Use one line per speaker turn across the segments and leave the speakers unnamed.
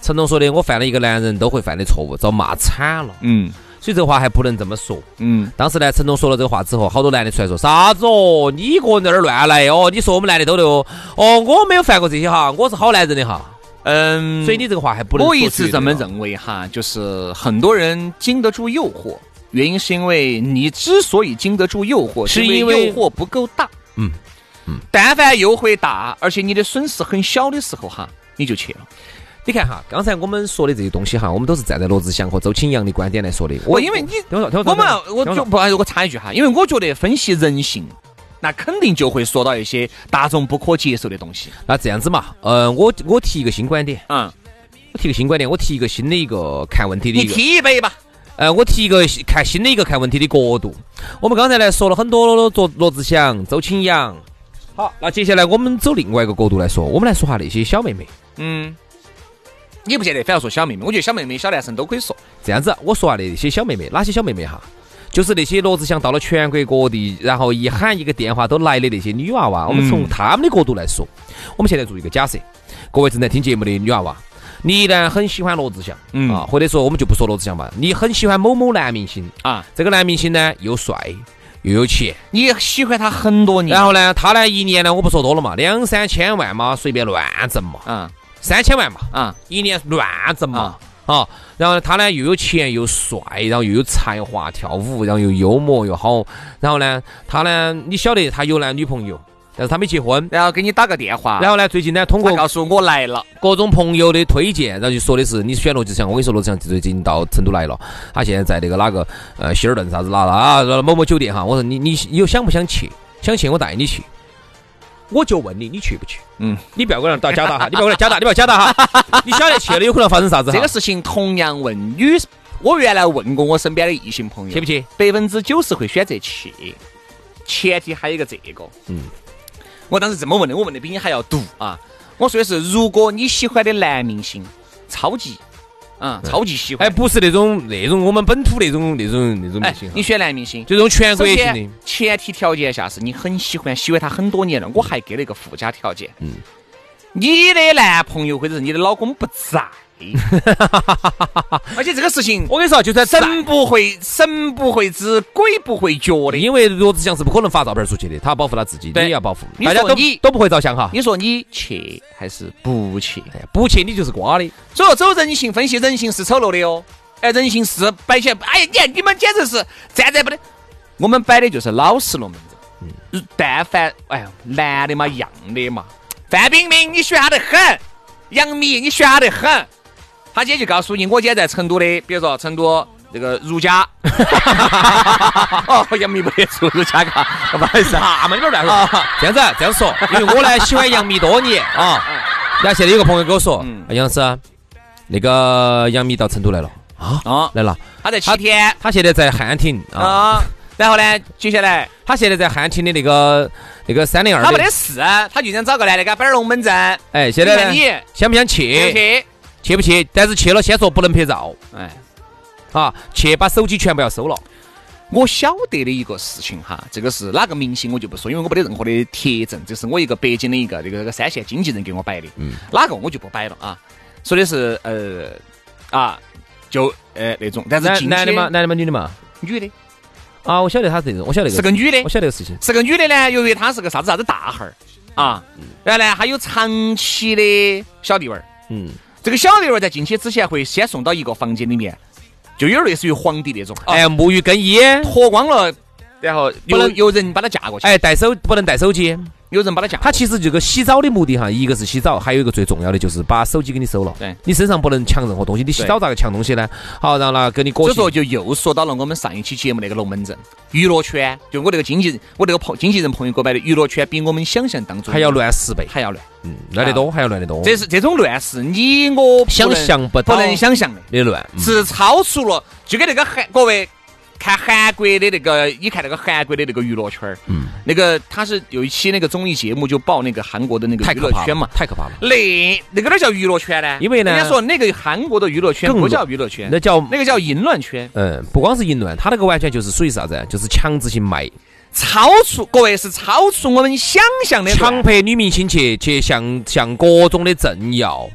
成龙说的，我犯了一个男人都会犯的错误，遭骂惨了。
嗯
所以这话还不能这么说。
嗯，
当时呢，成龙说了这个话之后，好多男的出来说啥子哦，你一个人在那儿乱来哦，你说我们男的都得哦，哦，我没有犯过这些哈，我是好男人的哈。
嗯，
所以你这个话还不能说
我
绝对啊
一
的。
直这么认为哈，就是很多人经得住诱惑，原因是因为你之所以经得住诱惑，
是
因
因为
诱惑不够大。
嗯
嗯，但凡诱惑大，而且你的损失很小的时候哈，你就去了。
你看哈，刚才我们说的这些东西哈，我们都是站在罗志祥和周青阳的观点来说的。
我哦因为你
听我说，听
我
说
们
听
我
说
就不，哎我插一句哈，因为我觉得分析人性，那肯定就会说到一些大众不可接受的东西。
那这样子嘛，呃，我我提一个新观点，
嗯，
我提一个新观点，我提一个新的一个看问题的
你
一个。
提一杯吧。
呃，我提一个新看新的一个看问题的角度。我们刚才呢说了很多罗罗志祥、周青阳。好，那接下来我们走另外一个角度来说，我们来说下那些小妹妹。
嗯，你不见得非要说小妹妹，我觉得小妹妹、小男生都可以说。
这样子，我说下那些小妹妹，哪些小妹妹哈？就是那些罗志祥到了全国各地，然后一喊一个电话都来的那些女娃娃。我们从她们的角度来说，我们现在做一个假设，各位正在听节目的女娃娃，你呢很喜欢罗志祥、
嗯
啊，或者说我们就不说罗志祥吧，你很喜欢某某男明星
啊，
这个男明星呢又帅又有钱。
你喜欢他很多年
然，后呢，他呢一年呢，我不说多了嘛，两三千万嘛，随便乱挣嘛，
啊
三千万嘛，
啊，
一年乱挣嘛，啊，然后他呢又有钱又帅，然后又有才华，跳舞，然后又幽默又好，然后呢，他呢，你晓得他有男女朋友，但是他没结婚。
然后给你打个电话，
然后啊
后
呢，最近呢，通
他
过
告诉我来了，
各种朋友的推荐，然后就说的是你选罗志祥。我跟你说，罗志祥最近到成都来了，他现在在那个哪个呃希尔顿啥子哪啊某某酒店哈。我说你你你有想不想去？想去我带你去。我就问你，你去不去？
嗯，
你不要跟人到加大哈， 你不要跟人加大，你不要加大哈，你晓得去了有可能发生啥子哈？
这个事情同样问女，我原来问过我身边的异性朋友，
去不去？
百分之九十会选择去，前提还有一个这个。嗯，我当时这么问的，我问的比你还要毒啊！我说的是，如果你喜欢的男明星超级，啊、超级喜欢，
哎，不是那种那种我们本土那种那种那种明星哈
哎
啊
你，选男明星，
就这种全国
首
性的
先，前提条件下是你很喜欢，喜欢他很多年了。我还给了一个附加条件，嗯，你的男朋友或者是你的老公不在，而且这个事情
我跟你说，就算
神不会神不会知，鬼不会觉的。
因为罗志祥是不可能发照片出去的，他要保护他自己，你
对
也要保护，
你
大家
说
都
你
都不会照相哈。
你说你去还是不去？
哎呀不去你就是瓜的，
所以说走人性分析，人性是丑陋的哟。哎，人性是摆起来，哎呀，你看你们简直是站在不得。我们摆的就是老实龙门阵。但凡哎呀，男的嘛，一样的嘛。范冰冰你选他得很，杨幂你选他得很。他今天就告诉你，我今天在成都的，比如说成都这个如家。 哦，杨幂不得住如家 嘎，不好意思啊。
嘛，你不要乱说。这样子啊，这样 说，因为我呢喜欢杨幂多年啊。
嗯
然后现在有个朋友跟我说，哎杨老师，那个杨幂到成都来了啊，
啊，
来了，
他在七天
她现在在汉庭啊，
啊。然后呢，接下来
她现在在汉庭的那个那个三零二
他没得事，啊他就想找个男的给他摆点龙门阵。
哎，现在呢
你看
想不想
你
去？
去
去不去？但是去了，先说不能拍照
哎，
啊，去把手机全部要收了。
我晓得的一个事情哈，这个是哪个明星我就不说，因为我没得任何的铁证，这是我一个北京的一个这个这个三线经纪人给我摆的，嗯，哪个我就不摆了啊。说的是呃啊，就呃那种，但是
男
近期
男的嘛，？男的嘛，女的嘛？
女的，
啊，我晓得他这种，我晓得这
是个女的
我，晓得这个事情。
是个女的呢。由于她是个啥子啥子大汉儿啊，然后呢还有长期的小弟娃儿，
嗯，
这个小弟娃儿在进去之前会先送到一个房间里面，就有点类似于皇帝那种，哎，
哎，沐浴更衣，
脱光了，然后
不
有
能
有人把他架过去，
哎，带手不能带手机。
有人把他架过去，
他其实这个洗澡的目的哈，一个是洗澡，还有一个最重要的就是把手机给你收了。
对
你身上不能抢任何东西。你洗澡咋个抢东西呢？好，然后呢，给你裹
所以
起
说，就又说到了我们上一期节目那个龙门阵，娱乐圈，就我这个经纪人，我这个朋经纪人朋友给我摆的娱乐圈，比我们想象当中
还要乱十倍，
还要乱。
嗯，乱得多，还要乱得多。
啊这是这种乱是你我不
想
能
象不
不
到
能想象的，
的乱，嗯
是超出了，就跟那个韩各位。看韩国的那个，你看那个韩国的那个娱乐圈儿，
嗯
那个他是有一期那个综艺节目就报那个韩国的那个
太
娱
可
乐
怕
圈
了
嘛，
太可怕了。
那那个哪叫娱乐圈呢？
因为呢
人家说那个韩国的娱乐圈
更
不
乱
叫娱乐圈，
那叫
那个叫淫乱圈。
嗯，不光是淫乱，他那个完全就是属于啥子？啊就是强制性卖，
超出各位是超出我们想象的
强迫女明星去去向向各种的政要、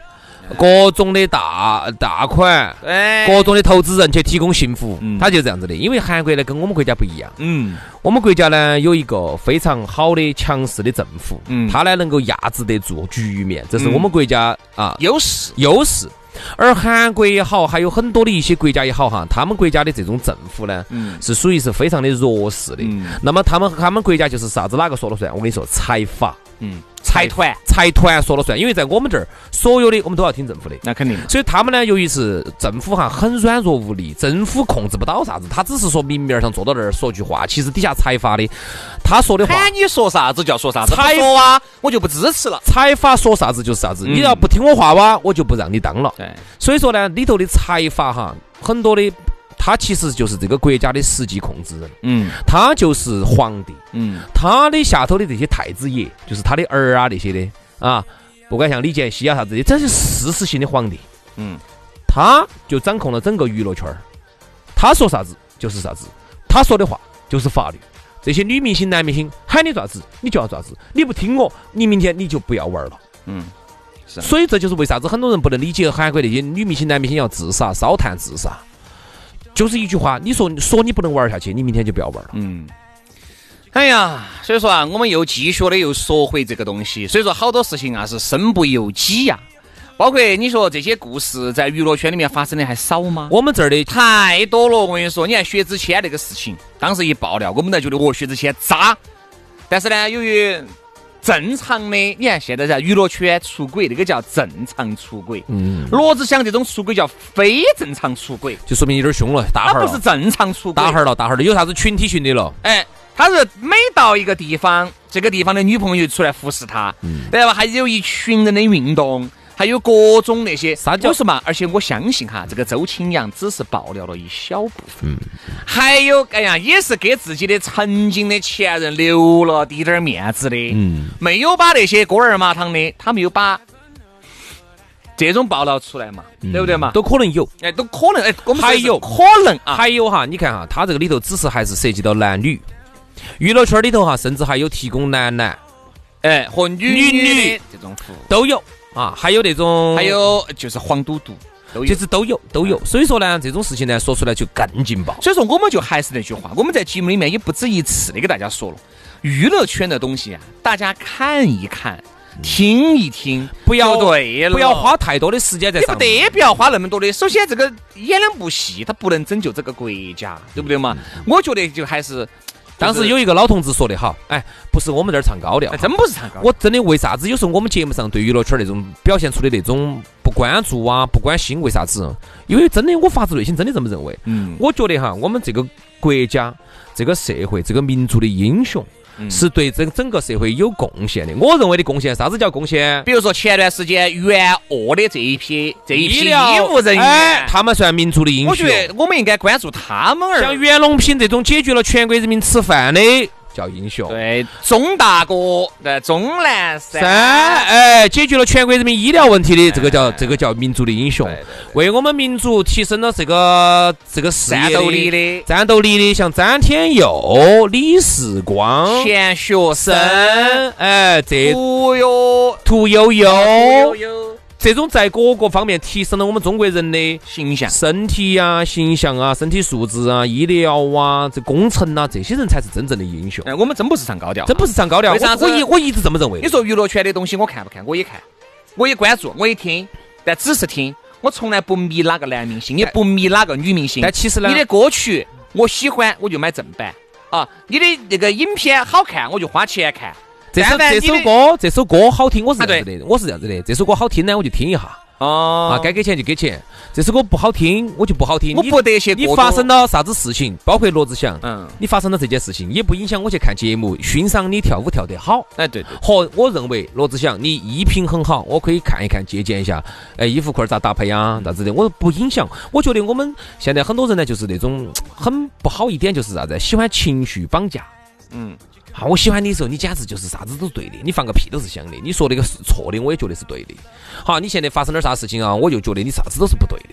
各种的大大款、
哎，
各种的投资人去提供幸福
嗯，
他就是这样子的。因为韩国呢跟我们国家不一样，
嗯，
我们国家呢有一个非常好的强势的政府，
嗯
它呢能够压制得住局面，这是
嗯
我们国家啊
优势，
优势。而韩国也好，还有很多的一些国家也好哈，他们国家的这种政府呢，
嗯
是属于是非常的弱势的。
嗯
那么他们他们国家就是啥子哪个说了算？我跟你说，财阀
嗯，财团
财团说了算，因为在我们这儿，所有的我们都要听政府的。
那肯定，
所以他们呢，由于是政府哈很软弱无力，政府控制不到啥子，他只是说明面上坐到那儿说句话，其实底下财阀的，他说的话，
喊你说啥子就要说啥子，
财
不说啊，我就不支持了。
财阀说啥子就是啥子，你要不听我话哇，我就不让你当了。
对，
所以说呢，里头的财阀哈，很多的他其实就是这个国家的实际控制人，
嗯
他就是皇帝，
嗯
他的下头的这些太子爷，就是他的儿啊那些的啊，不管像李健熙啊啥子的，这是事实性的皇帝，
嗯，
他就掌控了整个娱乐圈儿，他说啥子就是啥子，他说的话就是法律。这些女明星、男明星喊你咋子，你就要咋子，你不听我，你明天你就不要玩了。
嗯，是
所以这就是为啥子很多人不能理解韩国那些女明星、男明星要自杀、烧炭自杀，就是一句话，你说说你不能玩下去，你明天就不要玩了。
嗯。哎呀，所以说啊，我们又继续的又说回这个东西。所以说，好多事情啊是身不由己呀、包括你说这些故事在娱乐圈里面发生的还少吗？
我们这儿的
太多了，我跟你说，你看薛之谦那个事情，当时一爆料，我们才觉得哦，薛之谦渣。但是呢，由于正常的，你看现在在娱乐圈出轨，那个叫正常出轨。嗯，罗志祥这种出轨叫非正常出轨，
就说明有点凶了，大
他
哈儿
啊不是
了，
正常出轨。
大哈儿了，大哈儿了，有啥子群体群的了？
哎，他是每到一个地方，这个地方的女朋友就出来服侍他，
嗯
然后还有一群人的运动，还有各种那些
撒娇
我说嘛，而且我相信哈，这个周青阳只是爆料了一小部分，
嗯
还有哎呀，也是给自己的曾经的前任留了滴点儿面子的，
嗯
没有把那些锅儿麻汤的，他没有把这种爆料出来嘛，对不对嘛？
嗯都可能有。
哎，都可能哎，我们说
还
的是
有
可能啊，
还有哈，你看哈，他这个里头只是还是涉及到男女，娱乐圈里头哈，甚至还有提供男男
哎，和女
女
女
女
的这种服务，
都有啊，还有那种
还有啊就是黄赌毒嗯都有
就。是都有都有。所以说呢，这种事情呢，说出来就更劲爆。
所以说，我们就还是那句话，我们在节目里面也不止一次的给大家说了，娱乐圈的东西啊，大家看一看，听一听，
不要
就嗯对了，
不要花太多的时间在
也
上
不
面。
得不要花那么多的。首先，这个演两部戏，它不能拯救这个国家，对不对嘛？我觉得就还是，
当时有一个老同志说的好，哎，不是我们这儿唱高调
哎，，真不是唱高调，
我真的为啥子有时候我们节目上对娱乐圈那种表现出的那种不关注啊、不关心，为啥子？因为真的我发自内心真的这么认为。
嗯，
我觉得哈，我们这个国家、这个社会、这个民族的英雄，
嗯
是对整整个社会有贡献的。我认为的贡献，啥子叫贡献？
比如说前段时间援鄂的这一批这一批医务人
哎
员，
他们算民族的英雄。
我觉得我们应该关注他们
像
而。
袁隆平这种解决了全国人民吃饭的，叫英雄。
对，钟大哥，呃，钟南山，
三，哎，解决了全国人民医疗问题的，这个叫这个叫民族的英雄
哎对对，
为我们民族提升了这个这个事
战
业
斗力的
战斗力的，像詹天佑、李世光、
钱学森，
森，哎，这
哦哟，
屠呦
哦
呦，
哟，
这种在各个方面提升了我们中国人的
形象，
身体啊、形象啊、身体素质啊、医疗啊、这工程啊，这些人才是真正的英雄，
哎，我们真不是唱高调，
真不是唱高调。
为啥子
我我一我一直这么认为
你。说娱乐圈的东西我看不看？我也看，我也关注，我也听，但只是听，我从来不迷哪个男明星，也不迷哪个女明星。
但其实呢
你的歌曲我喜欢，我就买正版啊；你的那个影片好看，我就花钱看。
这首
但
这
凡你
首
的
歌，这首歌好听，我是这样
啊
子的，我是这样子的。这首歌好听呢，我就听一下啊，
哦
该给钱就给钱。这首歌不好听，我就不好听。
我
你
不得些
你
过多
发生了啥子事情，包括罗志祥，
嗯
你发生了这件事情，也不影响我去看节目，欣赏你跳舞跳得好。
哎，对对，
和我认为罗志祥你衣品很好，我可以看一看借鉴一下，哎，衣服裤儿咋搭配啊，
嗯
啥子的，我不影响。我觉得我们现在很多人呢，就是那种嗯很不好一点，就是啥子，喜欢情绪绑架。
嗯，
啊，我喜欢你的时候，你简直就是啥子都对的，你放个屁都是香的，你说那个是错的，我也觉得是对的。好，你现在发生点啥事情啊，我就觉得你啥子都是不对的。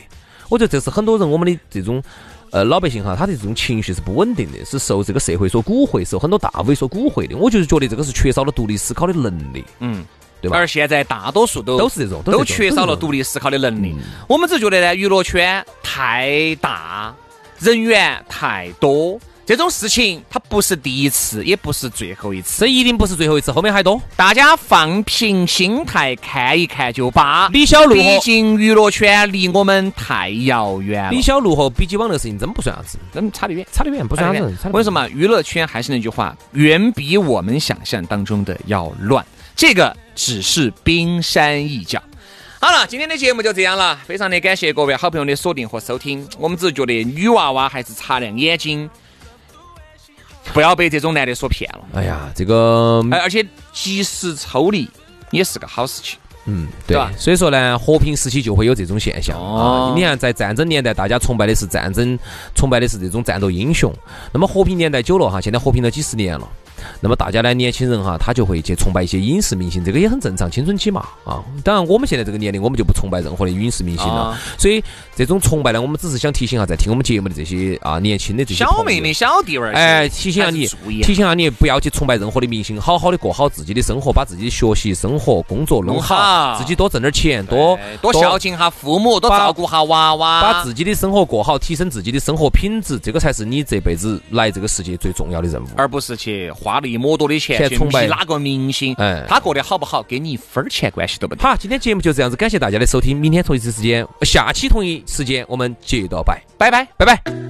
我觉得这是很多人我们的这种呃老百姓哈，他的这种情绪是不稳定的，是受这个社会所蛊惑，受很多大 V 所蛊惑的。我就是觉得这个是缺少了独立思考的能力，
嗯，
对吧
而现在大多数都
都是这种，嗯
都缺少了独
立。
立思考的能力。我们只觉得呢，娱乐圈太大，人员太多，这种事情它不是第一次，也不是最后一次。
这一定不是最后一次，后面还多。
大家放平心态看一看就罢。
李小璐
毕
和
竟娱乐圈离我们太遥远了
李，小璐和比基网那个事情真不算啥子，
嗯，差得远。
哎差得远，不算啥子。差得远
我跟你说嘛，娱乐圈还是那句话，远比我们想象当中的要乱，这个只是冰山一角。好了，今天的节目就这样了，非常的感谢各位啊好朋友的锁定和收听。我们只是觉得女娃娃还是擦亮眼睛，不要被这种男的所骗了。
哎呀，这个
而而且及时抽离也是个好事情。
嗯，对
吧
所以说呢，和平时期就会有这种现象、
哦
啊。你看，在战争年代，大家崇拜的是战争，崇拜的是这种战斗英雄。那么和平年代久了哈，现在和平了几十年了。那么大家呢，年轻人哈，他就会去崇拜一些影视明星，这个也很正常，青春期嘛啊。当然，我们现在这个年龄，我们就不崇拜任何的影视明星了。
啊
所以这种崇拜呢，我们只是想提醒一下，在听我们节目的这些啊年轻的这些
小
朋友
妹妹、小弟儿，
哎，提醒下你
还是注意，啊
提醒下你，不要去崇拜任何的明星，好好的过好自己的生活，把自己的学习、生活、工作弄
弄好
好，自己多挣点钱，多
哎多孝，敬哈父母，多
把
照顾哈娃娃，
把自己的生活过好，提升自己的生活品质，这个才是你这辈子来这个世界最重要的任务。
而不是去花了一抹多的钱
去
去
崇
迷
拜
哪个明星，
哎
他过得好不好，跟你一分儿钱关系都不得。
好，今天节目就这样子，感谢大家的收听，明天同一时间，下期同一时间我们接着拜，
拜拜。
拜拜。